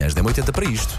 As dê 80 para isto.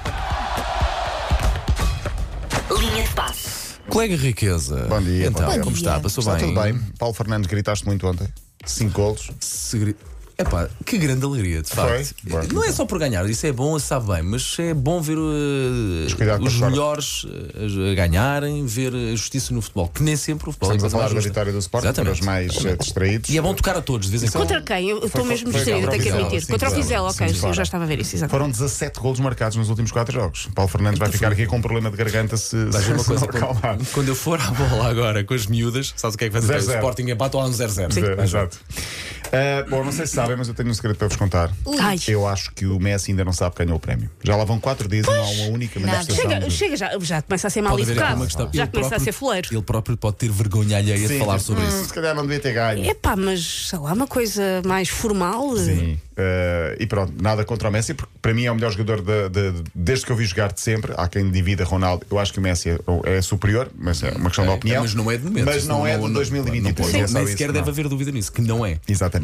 Linha de passe. Colega Riqueza. Bom dia, Então, bom dia. como está? Passou Está bem? tudo bem. Paulo Fernandes, gritaste muito ontem. Cinco golos. Segre... Epá, que grande alegria, de facto. Foi? então. Não é só por ganhar, isso é bom, sabe bem, mas é bom ver uh, cuidado com os a sorte. melhores uh, a ganharem, ver a justiça no futebol, que nem sempre o futebol Estamos é a falar da justa. vitória do Sporting para os Exatamente. mais eh, distraídos. E é bom tocar a todos de vez em quando. Contra quem? Eu estou co- mesmo foi distraída, contra o tenho que Vizela, admitir. sim, Contra o claro. Vizela, ok, Sim, eu claro. já estava a ver isso, exatamente. Foram 17 golos marcados nos últimos 4 jogos. Paulo Fernandes vai ficar aqui com um problema de garganta se, Vais se ver uma se coisa, não acalmar. Ah, quando, quando eu for à bola agora com as miúdas, sabes o que é que vai fazer? O 0-0. Sporting empate ou há um 0-0. Zé, Exato. Eh, bom, não sei se sabem, mas eu tenho um segredo para vos contar. Ai. Eu acho que o Messi ainda não sabe quem ganhou o prémio. Já lá vão 4 dias e não há uma única manifestação. Chega, chega já, já começa a ser mal Pode haver aqui educado. uma questão. Já Ele começa a próprio- ser fuleiro. Ele próprio pode ter vergonha alheia de Sim. falar sobre Hum, isso. Se calhar não devia ter ganho. Epá, mas sei lá, uma coisa mais formal. Sim. Eh, e pronto, nada contra o Messi, porque para mim é o melhor jogador de- de- desde que eu vi jogar de sempre. Há quem divida Ronaldo. Eu acho que o Messi é, é superior, mas é uma questão de opinião. Mas não é de momento. Mas não, é de não 2023. pode. é só Nem isso, sequer não. deve haver dúvida nisso, que não é. Exatamente.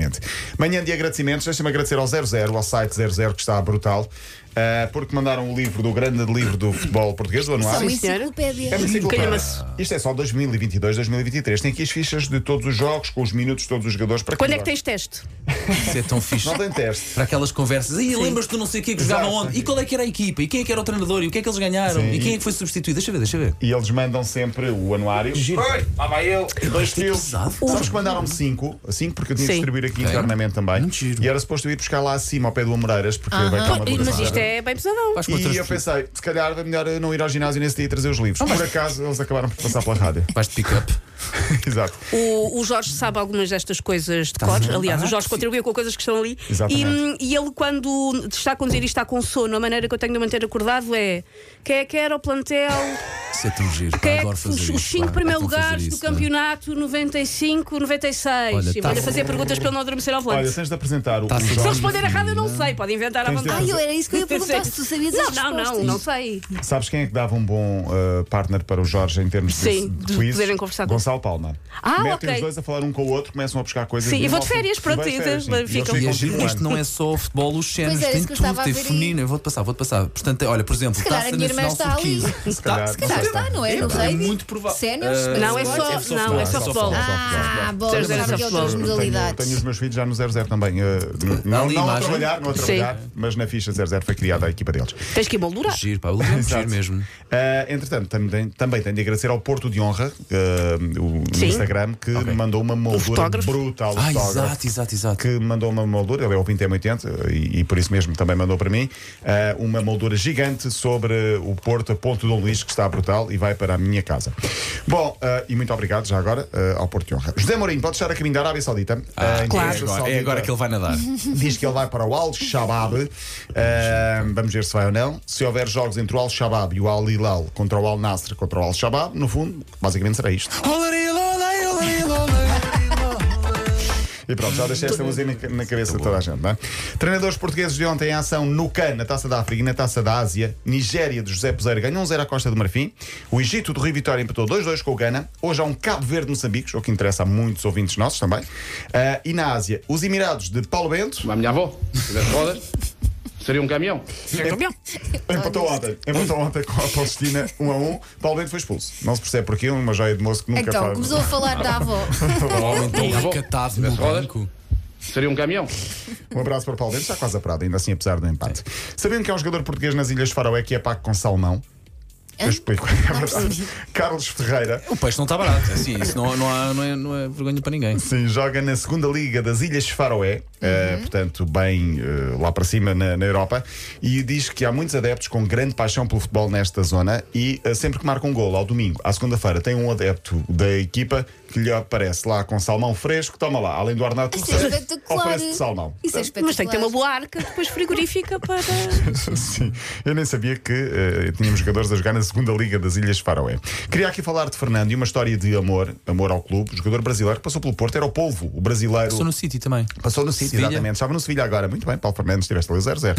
Manhã de agradecimentos, deixa-me agradecer ao 00, ao site 00, que está brutal, eh, porque mandaram o livro do grande livro do futebol português, do Sim, anuário. senhora. É uma enciclopédia. Calhamaço. Isto é só 2022, 2023. Tem aqui as fichas de todos os jogos, com os minutos de todos os jogadores. Para Quando quem é que gosta. tens teste? Isso é tão fixe. Não tem teste. Para aquelas conversas, e lembras-te do não sei o que é que jogavam Exato. onde? E qual é que era a equipa? E quem é que era o treinador? E o que é que eles ganharam? E quem é que foi substituído? Deixa eu ver, deixa eu ver. E eles mandam sempre o anuário. Oi, lá vai eu. Dois quilos. pesado. Sabes que mandaram-me cinco, cinco, porque eu tinha que Sim. distribuir aqui internamente também. Muito giro. E era suposto eu ir buscar lá acima, ao pé do Amoreiras, porque vai estar uma Mas duração. isto é bem pesadão. Vais para E eu outras- pensei, se calhar é melhor eu não ir ao ginásio nesse dia e trazer os livros. Oh, Por acaso, eles acabaram por passar pela rádio. Vais de pick-up. Exato. O, o Jorge sabe algumas destas coisas de Tá cor. vendo? Aliás, Ah, o Jorge que contribuiu com coisas que estão ali. Exatamente. E, hum, E, ele, quando está a conduzir e está com sono, a maneira que eu tenho de manter acordado é quem é que era o plantel, Isso é tão giro. pá, quem é que adoro fazer os, isto, os cinco pá, primeiros adoro fazer lugares isso, do pá. campeonato 95, 96. Olha, e tá vou-lhe bom. fazer perguntas para ele não adormecer ao Olha, volante. Se tens de apresentar o, o Tá-se ele Jorge. responder errado, eu não né? sei, pode inventar à Tens de- vontade. Ai, eu era isso que eu ia perguntar, se tu sabias Não, as não, não, respostas. não sei. Sabes quem é que dava um bom uh, partner para o Jorge em termos Sim, de, de quiz? poderem conversar com- Gonçalo Palma. Ah, Metem ok. os dois a falar um com o outro, começam a buscar coisas. Sim, de e vou de férias, 1900. pronto, E vais de férias, e sim. Eles E ficam- ficam tipo um é giro que isto continuando. não é só o futebol, os géneros, Pois era tem isso que eu tudo, estava a tem ver aí. feminino. Eu vou-te passar, vou-te passar. Portanto, olha, por exemplo, Se calhar Taça a minha irmã Nacional está ali. Sub-15. Se Tá, calhar, Se se calhar calhar está, não é? É, No pá, é rugby? muito provável. Séniores? Ah, Não, é só, é só não, é só futebol. futebol. Ah, bom, Zero, eu zero, sabia zero, outras zero. Tenho, modalidades. um tenho os meus filhos já no 00 também. eh, n- não, Ali não a imagem. trabalhar, não a Sim. trabalhar, mas na ficha 00 foi criada a equipa deles. Tens que ir Ah. moldurar. Giro, pá, o livro é muito giro Exato. mesmo. Eh, entretanto, também, também tenho de agradecer ao Porto de Honra, eh, o no Sim. Instagram, que me mandou uma moldura fotógrafo. brutal. de Ah, fotógrafo. exato, exato, exato. que mandou uma moldura, ele é o 2080 e, e por isso mesmo também mandou para mim, eh, uma moldura gigante sobre o Porto, a Ponte Dom Luís, que está brutal e vai para a minha casa. Bom, eh, e muito obrigado já agora eh, ao Porto de Honra. José Mourinho, pode estar a caminho da Arábia Saudita. Eh, em claro. É agora, Arábia é Saudita. agora que ele vai nadar. Diz que ele vai para o Al-Shabaab. Ahm, vamos ver se vai ou não. Se houver jogos entre o Al-Shabaab e o Al-Hilal contra o Al-Nasser contra o Al-Shabaab, no fundo, basicamente será isto. E pronto, já deixei esta música na, na cabeça de toda a gente, não é? Treinadores portugueses de ontem em ação no CAN, na Taça da África e na Taça da Ásia. Nigéria de José Peseiro ganhou 1-0 à Costa do Marfim. O Egito do Rio Vitória empatou 2-2 com o Ghana. Hoje há um Cabo Verde de Moçambique, o que interessa a muitos ouvintes nossos também. Ah, e na Ásia, os Emirados de Paulo Bento. A minha avó, se tivesse rodas, seria um caminhão. Empatou ontem. Empatou ontem com a Palestina 1 a 1. Paulo Bento foi expulso. Não se percebe porquê, uma joia de moço que nunca Então, faz. começou a falar da avó. O homem tão Minha avó, recatado se no tivesse rodas, banco. seria um caminhão. Um abraço para o Paulo Bento, está quase apurado, ainda assim, apesar do empate. Sabendo que há um jogador português nas Ilhas Faroé que é pago com salmão. Eu explico. É verdade. Carlos Ferreira. O peixe não está barato. Assim, isso não, não, há, não, é, não é vergonha para ninguém. Sim, joga na segunda liga das Ilhas Faroé, Uhum. eh, portanto, bem eh, lá para cima na, na Europa, e diz que há muitos adeptos com grande paixão pelo futebol nesta zona e eh, sempre que marca um gol ao domingo, à segunda-feira, tem um adepto da equipa que lhe aparece lá com salmão fresco, toma lá, além do Arnato Isso é Correia, espetacular. oferece de salmão. Isso é Mas tem que ter uma espetacular. boa arca depois frigorífica para. Sim, eu nem sabia que eh, tínhamos jogadores a jogar na segunda liga das Ilhas Faroé. Queria aqui falar de Fernando e uma história de amor, amor ao clube, jogador brasileiro que passou pelo Porto, era o povo, o brasileiro. Estou no City também. Passou no City, Sevilha. exatamente. Estava no Sevilha agora. Muito bem, Paulo Fernandes, estiveste ali 0-0.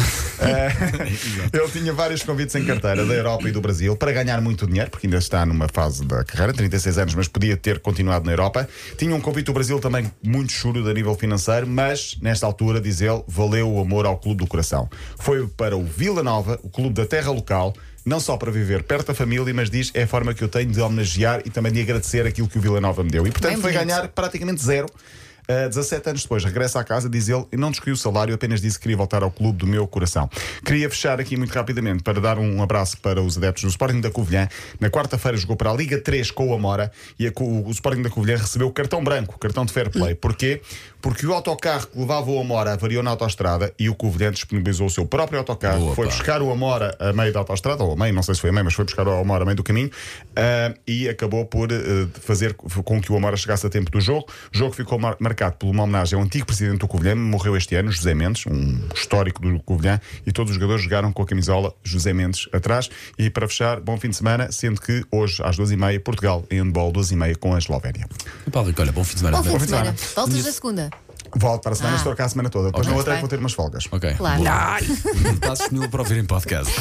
Eh, ele tinha vários convites em carteira da Europa e do Brasil para ganhar muito dinheiro, porque ainda está numa fase da carreira, 36 anos, mas podia ter continuado na Europa. Tinha um convite do Brasil também muito churo a nível financeiro, mas nesta altura, diz ele, valeu o amor ao clube do coração. Foi para o Vila Nova, o clube da terra local, não só para viver perto da família, mas diz é a forma que eu tenho de homenagear e também de agradecer aquilo que o Vila Nova me deu. E portanto Bem foi bonito. ganhar praticamente zero. Uh, 17 anos depois, regressa à casa, diz ele, e não descrevi o salário, apenas disse que queria voltar ao clube do meu coração. Queria fechar aqui muito rapidamente para dar um abraço para os adeptos do Sporting da Covilhã. Na quarta-feira jogou para a Liga 3 com o Amora e a Co- o Sporting da Covilhã recebeu cartão branco, cartão de fair play. Porquê? Porque o autocarro que levava o Amora avariou na autostrada e o Covilhã disponibilizou o seu próprio autocarro, Boa, foi pá. buscar buscar o Amora a meio da autostrada, ou a meio, não sei se foi a meio, mas foi buscar o Amora a meio do caminho, ah, e acabou por ah, fazer com que o Amora chegasse a tempo do jogo. O jogo ficou mar- marcado por uma homenagem ao antigo presidente do Covilhã, morreu este ano, José Mendes, um histórico do Covilhã, e todos os jogadores jogaram com a camisola José Mendes atrás. E para fechar, bom fim de semana, sendo que hoje, às 12h30, Portugal em handball, 12h30 com a Eslovénia. Paulo Rico, olha, bom fim de semana. Bom fim de de semana. semana. Voltas na segunda. Volto para a semana, Ah. estou cá a semana toda. Depois Ok. na outra é que Muito vou ter umas folgas. Ok. Claro. Boa. Está disponível para ouvir em podcast.